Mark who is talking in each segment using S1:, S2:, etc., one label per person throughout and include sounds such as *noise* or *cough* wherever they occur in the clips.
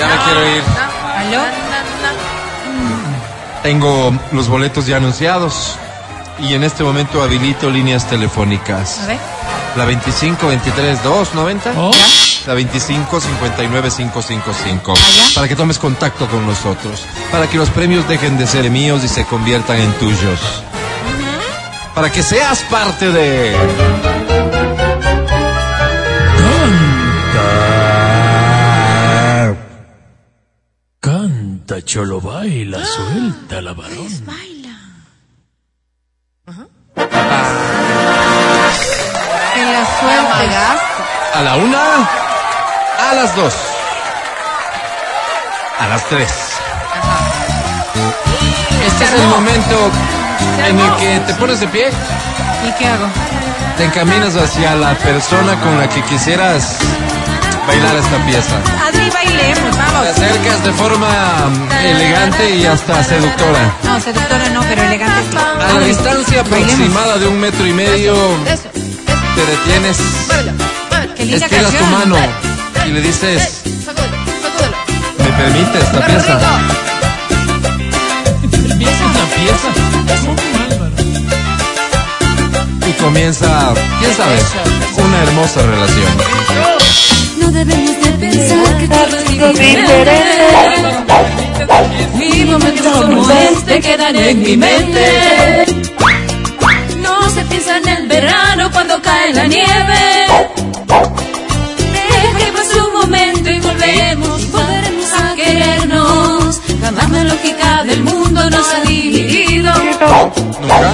S1: Ya me quiero ir.
S2: ¿Aló?
S1: Tengo los boletos ya anunciados y en este momento habilito líneas
S2: A
S1: telefónicas.
S2: ver.
S1: La 25 23 2 90.
S3: Oh.
S1: La 25 59 555.
S2: Ah,
S1: Para que tomes contacto con nosotros. Para que los premios dejen de ser míos y se conviertan en tuyos. Para que seas parte de.
S3: Canta, cholo, baila, suelta la varón.
S2: Que la suerte gasto.
S1: A la una. A las dos. A las tres. Este es el momento en el que te pones de pie.
S2: ¿Y qué hago?
S1: Te encaminas hacia la persona con la que quisieras bailar esta pieza.
S2: Adri, bailemos,
S1: Te
S2: vamos.
S1: acercas de forma elegante y hasta seductora.
S2: No, seductora no, pero elegante sí.
S1: A la distancia pues,
S2: Bailemos.
S1: aproximada de un metro y medio,
S2: Eso, eso.
S1: te detienes,
S2: Qué linda
S1: estiras tu
S2: canción.
S1: mano y le dices,
S4: Eh,
S1: pues
S4: Sacúdelo, sacúdelo. Ah,
S1: ¿me permite esta pieza?
S3: Empieza una pieza. Son bárbaros.
S1: Y comienza, quién sabe, una hermosa relación.
S5: No debemos de pensar que todo es diferente. Y momentos como este quedan en mi mente. No se piensa en el verano cuando cae la nieve. Dejemos un momento y volvemos, volveremos a querernos. Jamás la lógica del mundo nos ha dividido.
S1: ¿Nunca?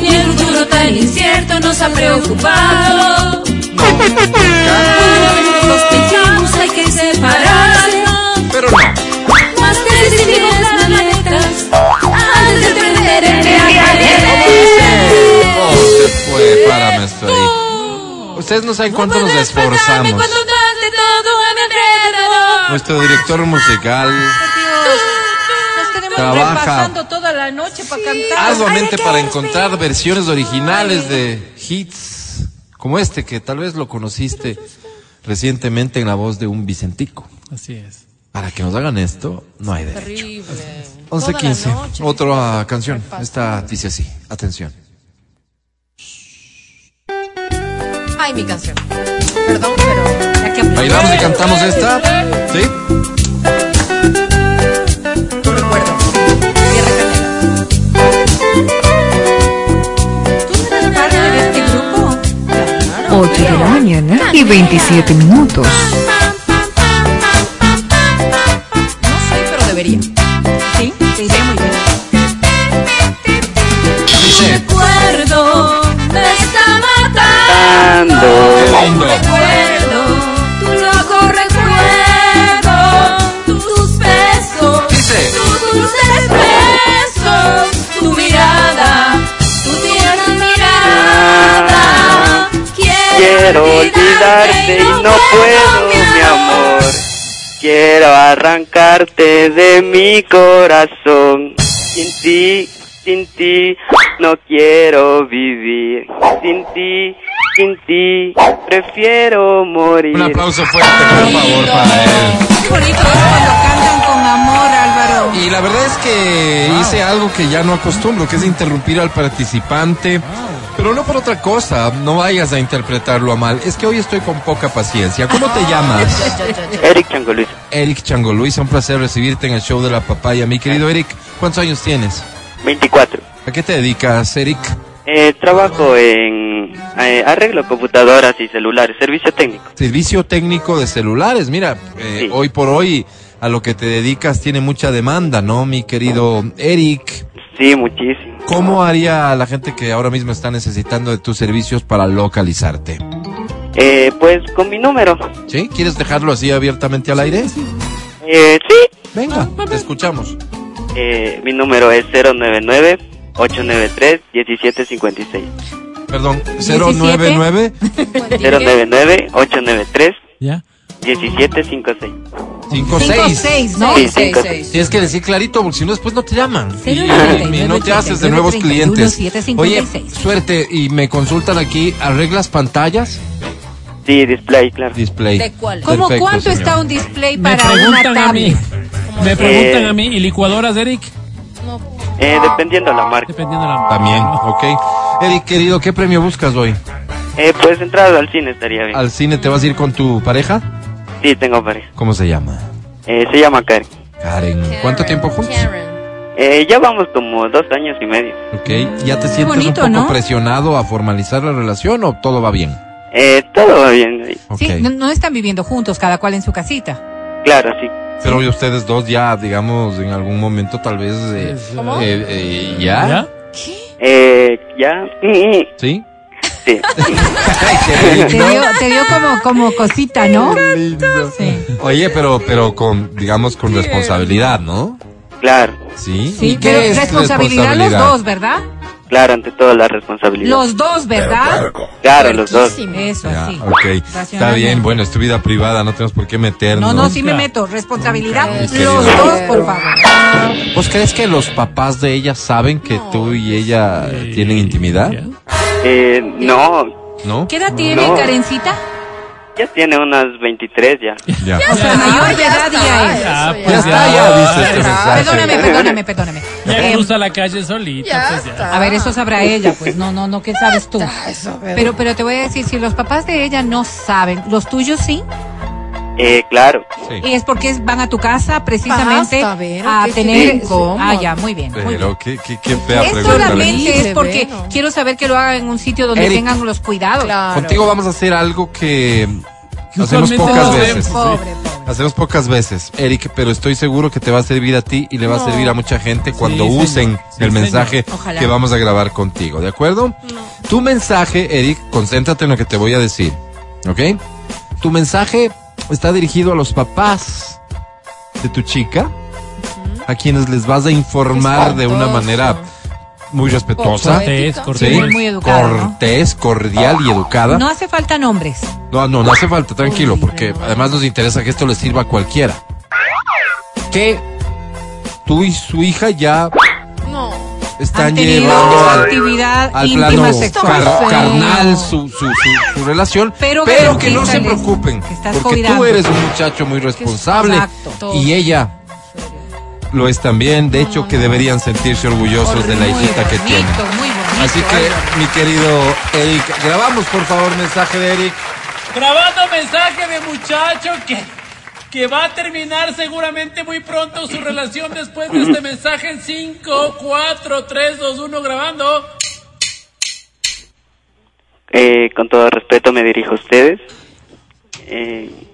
S5: Ni el futuro tan incierto nos ha preocupado. Una vez que sospechamos hay que separarnos.
S1: Pero no.
S5: Más que decidir las maletas antes de prender el viaje.
S1: Oh, se fue, párame esto ahí. Ustedes no saben cuánto nos
S5: Despertame
S1: esforzamos.
S5: cuando falte todo a mi alrededor.
S1: Nuestro director musical.
S2: Nos tenemos
S1: Trabaja.
S2: repasando toda la noche para cantar.
S1: arduamente para encontrar versiones originales de hits como este que tal vez lo conociste recientemente en la voz de un Vicentico.
S3: Así es.
S1: Para que nos hagan esto, no hay derecho.
S2: Horrible.
S1: 11.15, otra canción. Esta dice así, atención.
S2: Ay, mi canción. Perdón, pero la que aprendí.
S1: ¿Bailamos y cantamos esta? ¿Sí?
S2: Tu recuerdo. Tierra Canela. ¿Tú eras parte de este grupo?
S6: 8 de la mañana y 27 minutos.
S2: No soy, pero debería. Sí, te iría muy bien.
S1: Dice,
S7: Pues
S5: Recuerdo me está matando.
S1: qué lindo.
S5: recuerdo, tu loco recuerdo, tus besos,
S1: Dice.
S5: tus dulces besos, tu mirada, tu tierna mirada.
S7: Ah, Quiero olvidarte y no puedo, mi amor. Quiero arrancarte de mi corazón. Sin ti, sin ti, no quiero vivir. Sin ti, sin ti, prefiero morir.
S1: Un aplauso fuerte, por favor, para él.
S2: Qué bonito es cuando cantan con amor, Álvaro.
S1: Y la verdad es que hice algo que ya no acostumbro, que es interrumpir al participante. Pero no por otra cosa, no vayas a interpretarlo a mal. Es que hoy estoy con poca paciencia. ¿Cómo te llamas?
S7: Eric Chango Luis,
S1: Eric Chango Luis, un placer recibirte en el show de la papaya. Mi querido Eric, ¿cuántos años tienes?
S7: 24.
S1: ¿A qué te dedicas, Eric?
S7: Eh, trabajo en eh, arreglo computadoras y celulares, servicio técnico.
S1: Servicio técnico de celulares. Mira, eh,
S7: Sí.
S1: hoy por hoy a lo que te dedicas tiene mucha demanda, ¿no, mi querido Eric?
S7: Sí, muchísimo.
S1: ¿Cómo haría la gente que ahora mismo está necesitando de tus servicios para localizarte?
S7: Eh, pues con mi número.
S1: ¿Sí? ¿Quieres dejarlo así abiertamente al aire?
S7: Eh, sí,
S1: Venga, te escuchamos.
S7: Eh, mi número es 099-893-1756.
S1: Perdón, 099
S7: 099-893-1756.
S3: ¿Ya?
S1: 56.
S2: ¿no?
S7: Sí, cinco,
S1: Tienes que decir clarito, porque si no después no te llaman. Y, y no te haces
S2: 099,
S1: de nuevos
S2: 31,
S1: clientes. Oye,
S2: 756.
S1: suerte, y me consultan aquí, ¿arreglas pantallas?
S7: Sí, display, claro.
S1: Display.
S4: ¿De cuál?
S1: Perfecto,
S2: ¿Cómo cuánto
S1: señor.
S2: está un display
S3: Me
S2: para una
S3: preguntan a mí.
S2: tablet?
S3: Me preguntan
S7: Eh.
S3: a mí. ¿Y licuadoras, Eric?
S7: Eh, dependiendo la marca.
S3: Dependiendo de la.
S1: También, ok. Eric, querido, ¿qué premio buscas hoy?
S7: Eh, pues entrar al cine estaría bien.
S1: ¿Al cine te vas a ir con tu pareja?
S7: Sí, tengo pareja.
S1: ¿Cómo se llama?
S7: Eh, se llama Karen.
S1: Karen. ¿Cuánto tiempo juntos?
S4: Karen.
S7: Eh, ya vamos como dos años y medio.
S1: Ok. ¿Ya te sientes un
S2: bonito,
S1: poco
S2: ¿no?
S1: presionado a formalizar la relación o todo va bien?
S7: Eh, todo va bien. sí.
S1: Ok.
S2: Sí, no, no están viviendo juntos, cada cual en su casita.
S7: Claro, sí.
S1: Pero hoy ustedes dos ya, digamos, en algún momento tal vez... eh,
S3: ¿Cómo?
S1: eh, eh, ¿Ya?
S3: ¿Ya?
S7: Eh, ya. mm,
S2: *laughs*
S1: ¿Sí?
S7: Sí.
S1: Ay, qué
S2: Te
S1: lindo.
S2: dio, te dio como, como cosita, ¿no? Sí.
S1: Oye, pero, pero con, digamos, con responsabilidad, ¿no?
S7: Claro,
S1: Sí.
S2: Sí,
S1: ¿Y qué
S2: pero
S1: es
S2: responsabilidad los
S1: responsabilidad?
S2: dos, ¿verdad?
S7: claro, ante todo la responsabilidad.
S2: Los dos, ¿verdad?
S7: Claro, los dos.
S2: Eso,
S1: Ya,
S2: así.
S1: ok. Está bien, bueno, es tu vida privada, no tenemos por qué meternos.
S2: No, no, sí me meto. Responsabilidad,
S1: querido.
S2: los dos, por favor.
S1: ¿Vos crees que los papás de ella saben que tú y ella tienen intimidad?
S3: ¿Ya?
S7: Eh, no,
S1: ¿No?
S2: ¿Qué edad tiene
S7: No.
S2: Karencita?
S7: ya tiene unas 23 ya.
S1: Ya.
S2: O sea, mayor de edad ya es.
S3: Ah, pues
S1: Ya está, ya dice este mensaje.
S2: Ah, Perdóname, perdóname, perdóname.
S3: Ya
S2: Eh,
S3: cruza la calle solita.
S4: Ya
S3: pues ya.
S4: está.
S2: a ver, eso sabrá ella, pues no, no, no, ¿qué sabes tú?
S4: Eso, pero.
S2: Pero, pero te voy a decir, si los papás de ella no saben, los tuyos sí,
S7: Eh, claro.
S1: Sí.
S2: y es porque es- van a tu casa precisamente
S4: Basta, Vero,
S2: a
S4: qué
S2: tener...
S4: incómodo.
S2: Ah, ya, muy bien. muy bien.
S1: Pero qué, qué, qué fea
S2: Es
S1: pregunta. la
S2: solamente
S1: mía.
S4: Alex.
S2: es porque
S4: Vero.
S2: quiero saber que lo hagan en un sitio donde
S1: Eric.
S2: tengan los cuidados.
S4: Claro.
S1: Contigo vamos a hacer algo que
S3: Que
S1: hacemos
S3: usualmente
S1: pocas
S3: no vemos.
S1: veces.
S2: Pobre, pobre.
S1: Hacemos pocas veces, Eric, pero estoy seguro que te va a servir a ti y le va a servir a mucha gente cuando
S3: señor.
S1: usen
S3: Sí,
S1: el
S3: señor.
S1: mensaje
S2: Ojalá.
S1: que vamos a grabar contigo, ¿de acuerdo? Tu mensaje, Eric, concéntrate en lo que te voy a decir, ¿ok? Tu mensaje está dirigido a los papás de tu chica, a quienes les vas a informar de una manera muy respetuosa,
S4: Poco
S3: Cortés,
S4: Sí,
S3: cortés.
S2: muy- muy educada, ¿no?
S1: cortés, cordial y educada.
S2: No hace falta nombres.
S1: No, no, no hace falta, tranquilo, porque además nos interesa que esto le sirva a cualquiera. Que tú y su hija ya
S4: No.
S1: están
S2: Han tenido
S1: llevando al,
S2: actividad
S1: al
S2: íntima
S1: plano
S2: sexual.
S1: car-
S4: feo.
S1: carnal su, su, su- su relación, pero,
S2: Pero
S1: que no se
S2: garantizales
S1: preocupen,
S2: que estás
S1: porque tú
S2: cuidando.
S1: eres un muchacho muy responsable
S2: exacto.
S1: y ella lo es también, de hecho que deberían sentirse orgullosos de la
S2: Muy
S1: hijita que
S2: bonito,
S1: tienen.
S2: muy bonito.
S1: Así que, mi querido Eric, grabamos por favor mensaje de Eric.
S3: Grabando mensaje de muchacho que, que va a terminar seguramente muy pronto su relación después de este mensaje en 5, 4, 3, 2, 1 grabando.
S7: Eh, con todo respeto me dirijo a ustedes. eh,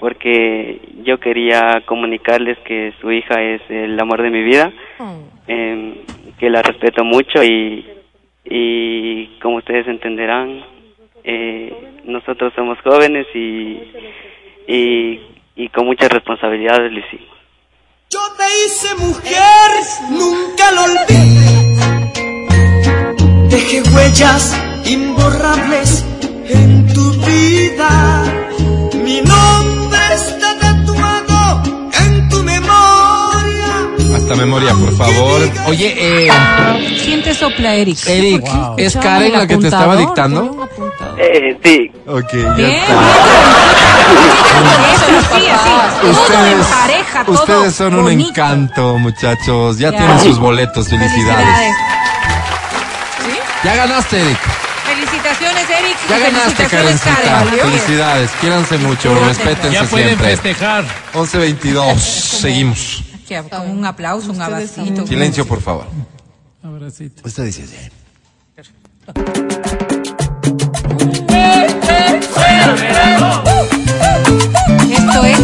S7: porque yo quería comunicarles que su hija es el amor de mi vida. eh, que la respeto mucho y, y como ustedes entenderán, eh, nosotros somos jóvenes y, y, y con muchas responsabilidades lo hicimos.
S8: Yo te hice mujer, nunca lo olvides. Dejé huellas imborrables en tu vida. Mi nombre está tatuado en tu memoria.
S1: Hasta memoria, por favor. Oye, eh,
S2: ¿Quién te sopla, Eric?
S1: Eric, ¿es Karen la que te estaba dictando?
S7: Eh, sí,
S1: Ok,
S2: Bien, bien. Sí, sí, sí. Todo en
S1: Ustedes,
S2: pareja, todo
S1: ustedes son un
S2: bonito.
S1: encanto, muchachos. Ya,
S2: Ya.
S1: tienen sus boletos, felicidades.
S2: Felicidades.
S1: Ya ganaste, Eric.
S2: Felicitaciones, Eric. y
S1: Ya ganaste,
S2: felicitaciones,
S1: Karencita.
S2: Karen.
S1: Felicidades. Quiéranse mucho,
S2: Disfrútenlo.
S1: respétense
S3: Ya pueden
S1: siempre.
S3: festejar.
S1: 11.22. Seguimos.
S2: Que Con un aplauso, un abacito.
S1: Silencio, por favor.
S3: Abracito.
S1: Usted dice así.
S2: Esto es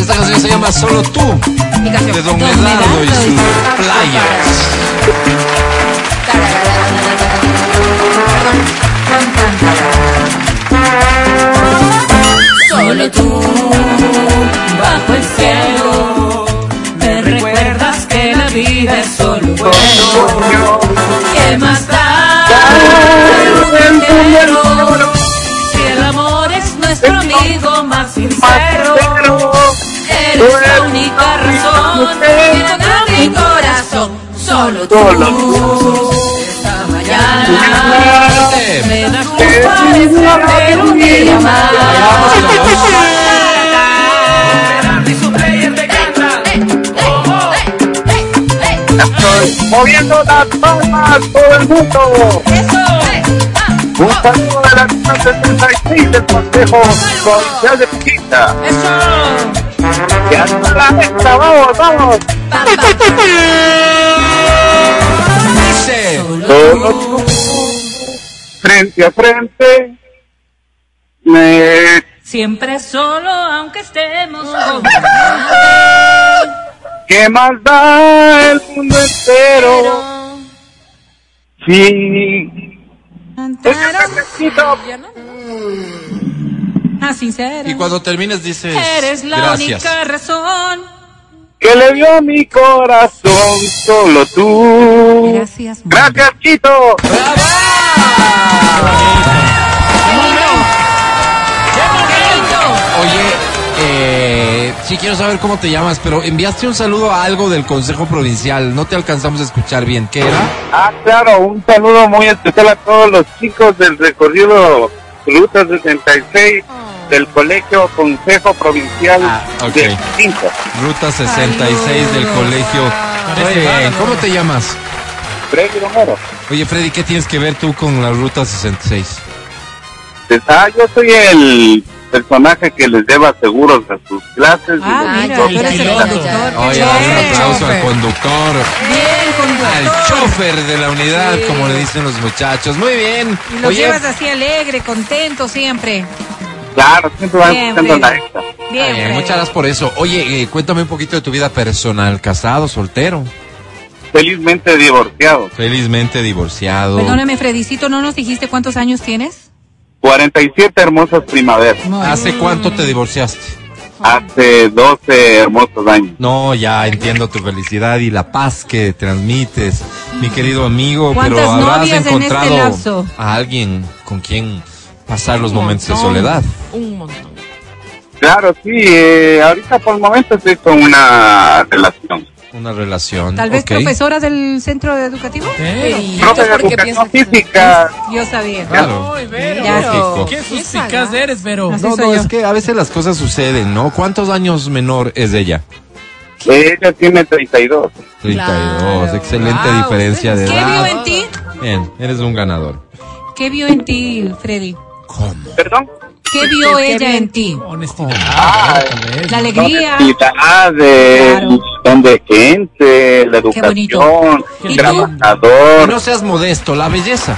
S1: Esta canción se llama Solo tú,
S2: aplicación.
S1: de Don Medardo y sus playas.
S4: Solo tú, bajo el cielo, me recuerdas que la vida es solo un juego. ¿Qué más da? El mundo entero, Si el amor es nuestro amigo más sincero, eres la única razón que toca mi corazón. Solo tú, esta mañana.
S1: Adelante.
S4: Me
S2: volver un día más. Eh,
S9: Moviendo las palmas todo el mundo. Un saludo de la Luna 76 del Consejo Provincial de Piquita. Y hasta la meta, vamos, vamos.
S1: Dice.
S9: Solo tú, Frente a frente. Me
S4: Siempre solo, aunque estemos juntos.
S9: ¿Qué más da el mundo entero? Sí.
S4: Ah, sincero.
S1: Y cuando termines dices.
S4: Eres la
S1: gracias.
S4: única razón.
S9: Que le dio a mi corazón solo tú.
S2: Gracias, mamá.
S9: Gracias, Chito.
S1: Oye, eh, sí quiero saber cómo te llamas, pero enviaste un saludo a algo del Consejo Provincial. No te alcanzamos a escuchar bien. ¿Qué era?
S9: Ah, claro, un saludo muy especial a todos los chicos del recorrido Ruta 76 del Colegio Consejo Provincial
S1: Ah, ok.
S9: de Quito.
S1: Ruta 66 del colegio. Muy bien, ¿Cómo te llamas?
S9: Freddy Romero.
S1: Oye, Freddy, ¿qué tienes que ver tú con la Ruta 66?
S9: Ah, yo soy el personaje que les lleva seguros a sus clases.
S2: Ah,
S9: y los
S2: mira, tú
S9: doctores.
S2: eres el
S3: piloto.
S2: conductor.
S1: Oye,
S2: Qué
S1: dale un
S2: chévere.
S1: aplauso al conductor,
S2: Bien,
S1: al
S2: conductor.
S1: chofer de la unidad, como le dicen los muchachos. Muy bien.
S2: Y lo
S1: Oye,
S2: llevas así alegre, contento siempre.
S9: Claro, siempre van
S2: Bien,
S9: buscando la
S2: Freddy.
S9: extra.
S1: está
S2: Bien,
S1: bien,
S2: Freddy.
S1: muchas gracias por eso. Oye, eh, cuéntame un poquito de tu vida personal, casado, soltero,
S9: Felizmente divorciado.
S1: felizmente divorciado.
S2: Perdóname, Fredicito, Pues ¿no nos dijiste cuántos años tienes?
S9: 47 hermosas primaveras.
S1: ¿Hace cuánto te divorciaste?
S9: Hace 12 hermosos años.
S1: No, ya entiendo tu felicidad y la paz que transmites, mi querido amigo, pero
S2: ¿Cuántas
S1: habrás
S2: novias en este
S1: encontrado
S2: lapso?
S1: a alguien con quien pasar los
S5: Un
S1: momentos de
S5: montón,
S1: soledad.
S5: Un montón.
S9: Claro, sí. eh, ahorita por el momento estoy con una relación.
S1: Una relación.
S2: Tal vez
S1: ok.
S2: profesora del centro educativo.
S5: Sí.
S9: Profe de
S5: ¿Por qué
S9: educación
S5: piensas que-
S9: física.
S2: Yo sabía.
S1: Claro.
S3: Ay, Vero.
S2: Ya.
S1: Lógico.
S3: Qué
S5: Qué
S3: suspicaz
S5: sagaz.
S3: eres, Vero.
S2: Así
S1: No,
S2: soy
S1: no,
S2: yo.
S1: es que a veces las cosas suceden, ¿no? ¿Cuántos años menor es ella?
S9: Ella tiene 32.
S1: 32,
S5: Claro.
S1: excelente
S5: Wow,
S1: diferencia de
S2: ¿Qué vio en
S1: edad.
S2: ti?
S1: Bien, eres un ganador.
S2: ¿Qué vio en ti, Freddy?
S1: ¿Cómo?
S9: ¿Perdón?
S2: ¿Qué vio ella en ti?
S3: Honestidad.
S2: La alegría.
S9: Honestidades,
S2: Claro.
S9: son de gente, la
S2: bonito.
S9: educación,
S2: ¿Y tú?
S1: No
S9: trabajador.
S1: seas modesto, la belleza.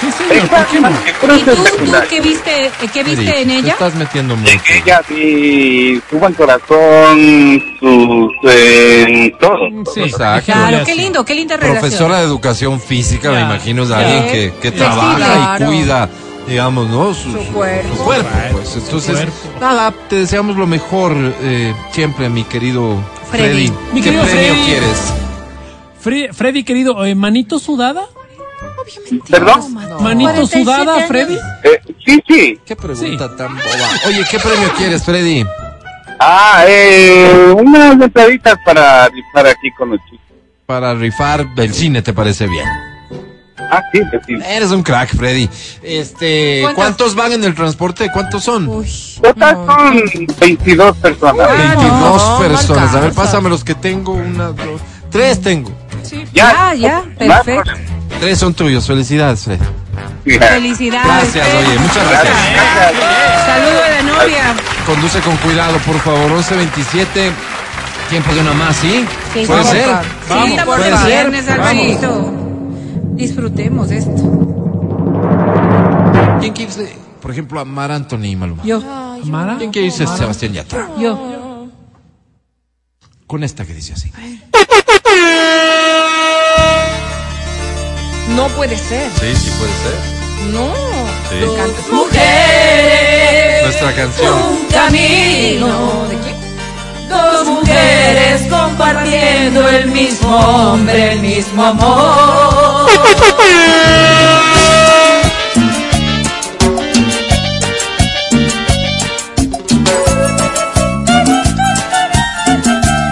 S3: Sí, señor. ¿por
S9: Exacto,
S3: qué no?
S2: ¿Y tú,
S9: es
S2: tú
S9: espectacular.
S2: qué viste, eh, qué
S1: Eric,
S2: viste en
S1: te
S2: ella?
S1: estás metiendo mucho.
S9: Ella vi su buen corazón, sus eh, todo.
S3: Sí.
S1: Exacto.
S2: Claro, qué lindo, qué linda relación.
S1: Profesora de educación física, me
S3: Ya.
S1: imagino, es
S3: Ya.
S1: alguien que, que
S2: Flexible.
S1: trabaja y
S2: Claro.
S1: cuida, digamos, ¿no? Su, su- su
S2: cuerpo.
S1: cuerpo, pues. Entonces,
S3: cuerpo.
S1: nada, te deseamos lo mejor eh, siempre, mi querido Freddy.
S2: Freddy.
S3: Mi
S1: ¿Qué
S3: querido
S1: premio
S3: Freddy.
S1: quieres?
S3: Fre- Freddy, querido, eh, ¿manito sudada?
S9: ¿Perdón?
S3: ¿Manito sudada, Freddy?
S9: Eh, sí, sí.
S1: Qué pregunta tan boba. Oye, ¿qué premio quieres, Freddy?
S9: Ah, eh, unas entraditas para estar aquí con los chicos.
S1: Para rifar el cine, ¿te parece bien?
S9: Ah, sí, sí.
S1: Eres un crack, Freddy. Este, ¿cuántos,
S2: ¿Cuántos?
S1: van en el transporte? ¿Cuántos son?
S9: Total son 22 personas.
S1: 22
S2: Ah, no, no
S1: personas. A ver,
S2: alcanza.
S1: pásame los que tengo. Una, dos, tres tengo.
S9: Ya.
S2: Ah, Ya, ya,
S9: Más,
S2: perfecto.
S1: Tres son tuyos. Felicidades, Freddy.
S9: Gracias.
S2: Felicidades.
S1: Gracias,
S2: Freddy.
S1: oye, muchas gracias.
S9: gracias.
S2: Saludo a la novia.
S1: Conduce con cuidado, por favor. 11.27. Tiempo de una más, ¿sí?
S2: Sí,
S1: ¿Puede
S2: por
S1: ser?
S2: favor. Sí, estamos
S1: ¿Puede
S2: de
S1: ser?
S2: viernes,
S1: Vamos.
S2: Alvarito. Disfrutemos esto.
S1: ¿Quién quiere irse, por ejemplo, a Mar Anthony y Maluma?
S2: Yo,
S3: ¿Mara?
S1: ¿Quién quiere irse a Sebastián Yatra?
S2: yo.
S1: Con esta que dice así.
S5: No puede ser.
S1: Sí, sí, puede ser.
S5: No.
S1: Sí.
S4: Mujeres,
S2: Eh,
S1: Nuestra
S2: uh.
S1: canción.
S4: un camino. Dos mujeres compartiendo el mismo hombre, el
S2: *laughs*
S4: mismo amor.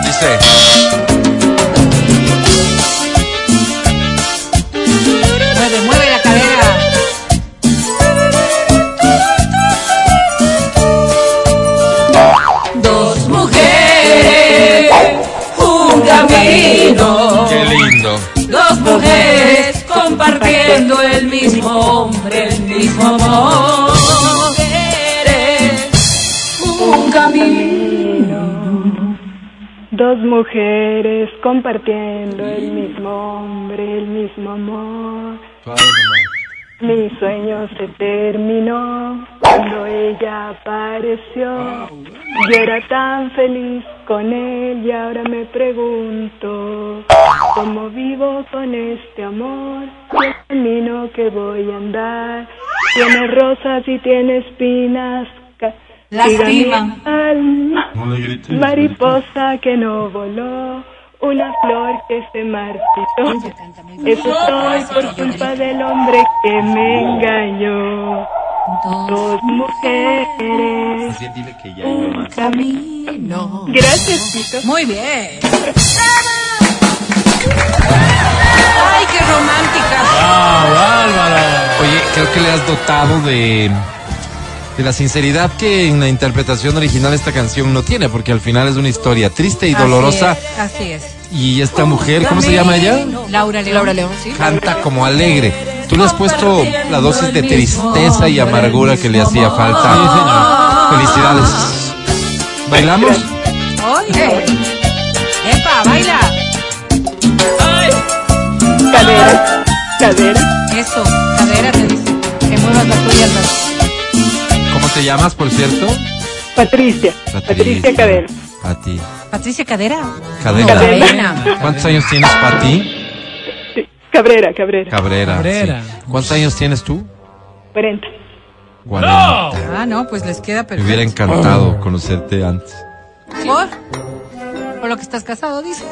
S1: Dice.
S2: Mueve, mueve la cadera.
S4: siendo el mismo hombre, el mismo amor. Eres un camino.
S5: Dos mujeres compartiendo el mismo hombre, el mismo amor. Mi sueño se terminó cuando ella apareció. Yo era tan feliz con él y ahora me pregunto cómo vivo con este amor. El camino que voy a andar tiene rosas y tiene espinas.
S2: Lástima.
S5: Alma,
S1: No le grites.
S5: mariposa que no voló. Una flor que se marchitó. Eso es todo por culpa del hombre que me engañó. Dos mujeres.
S1: Así, dile que ya iba
S5: Un
S1: más.
S5: camino.
S2: No.
S5: Gracias, Tito.
S2: Muy bien. Ay, qué romántica.
S3: ¡Ah, Bárbara!
S1: Oye, creo que le has dotado de, de la sinceridad que en la interpretación original esta canción no tiene, porque al final es una historia triste y dolorosa.
S2: Así es. así
S1: Y esta mujer, ¿cómo se llama ella?
S2: es. Laura León. Laura León, sí.
S1: Canta como alegre. Tú le has puesto la dosis de tristeza y amargura que le hacía falta. Felicidades. ¿Bailamos?
S2: Oye. Epa, baila.
S5: Cadera. Cadera.
S2: Eso, cadera te dice. Que muevas la tuya. ¿no?
S1: ¿Cómo te llamas, por cierto?
S5: Patricia.
S1: Patricia.
S5: Patricia Cadera.
S1: A ti.
S2: Patricia, cadera.
S1: Cadena.
S2: Cadena.
S1: ¿Cuántos años tienes, Pati?
S5: Sí, Cabrera, Cabrera.
S1: Cabrera.
S3: Cabrera.
S1: sí. ¿Cuántos años tienes tú?
S5: 40.
S1: Cuarenta.
S2: Ah, no, pues les queda
S1: Me hubiera
S2: perfecto.
S1: encantado conocerte antes.
S2: ¿Por? Por lo que estás casado, dice.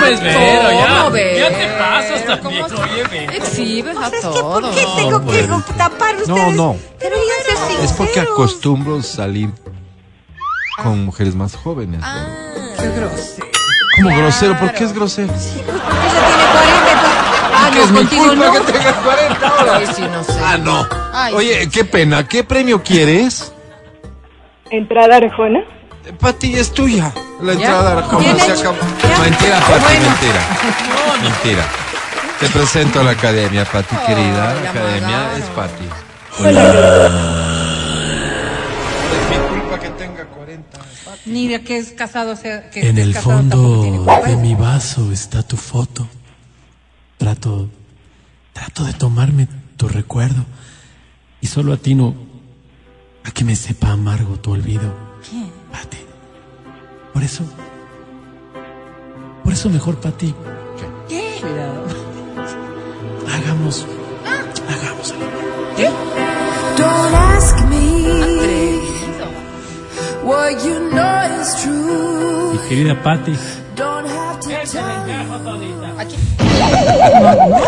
S3: Pues Vero, ya.
S2: ¿Cómo ves?
S3: Ya te pasas también,
S2: ¿Cómo
S3: oye, Vero.
S2: Exhibes pues, a
S10: ¿Por
S2: todos.
S10: qué tengo que
S1: bueno.
S10: tapar ustedes?
S1: No, no.
S10: Deberían ser sinceros.
S1: Es porque acostumbro salir con mujeres más jóvenes. ¿no?
S2: Ah, Qué grosero.
S1: Como grosero, ¿por qué es grosero?
S2: Ella tiene 40 pues. Ah,
S1: Que
S2: no,
S1: es mi
S2: contigo
S1: culpa
S2: no.
S1: que tengas 40 ahora.
S2: Ay, sí, no sé.
S1: Ah, no.
S2: Ay,
S1: Oye, qué pena. ¿Qué premio quieres?
S5: Entrada Arjona.
S1: Eh, Pati, es tuya. La entrada Arjona
S2: Bien
S1: se
S2: hecho.
S1: acabó.
S2: Ya.
S1: Mentira, Pati,
S2: Bueno. *laughs*
S1: mentira. Mentira. Te presento a la academia, Pati,
S2: Oh,
S1: querida. La
S2: la
S1: academia
S2: amagaron.
S1: es Pati. Es mi culpa que tenga 40.
S2: Ni de que es casado sea. Que
S11: En
S2: estés
S11: el
S2: casado tampoco tiene
S11: fondo
S2: culpa.
S11: de mi vaso está tu foto. Trato, trato de tomarme tu recuerdo y solo atino a que me sepa amargo tu olvido. Pati. Por eso, por eso mejor Pati. Hagamos,
S2: Ah.
S11: hagamos el amor.
S10: Don't ask me what you know is true.
S11: Mi querida Pati,
S10: Don't have to tell me.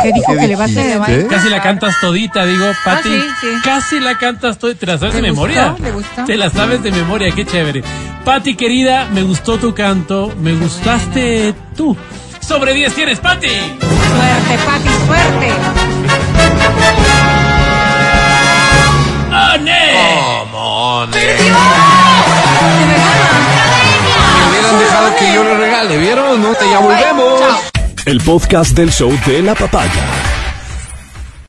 S2: ¿Qué dijo que le va a
S1: dijiste?
S2: hacer? ¿Eh?
S3: Casi la cantas todita, digo, Pati.
S2: Ah, sí, sí.
S3: Casi la cantas todita. ¿Te la sabes
S2: ¿Te
S3: de
S2: gustó?
S3: memoria?
S2: ¿Le gustó?
S3: Te la sabes de memoria, qué chévere. Pati, querida, me gustó tu canto. Me gustaste tú. Sobre 10 tienes, Pati.
S2: Suerte, Pati, suerte.
S3: ¡Ané!
S1: Me hubieran dejado que yo le regale, ¿vieron? No, te ya volvemos.
S11: el podcast del show de la papaya.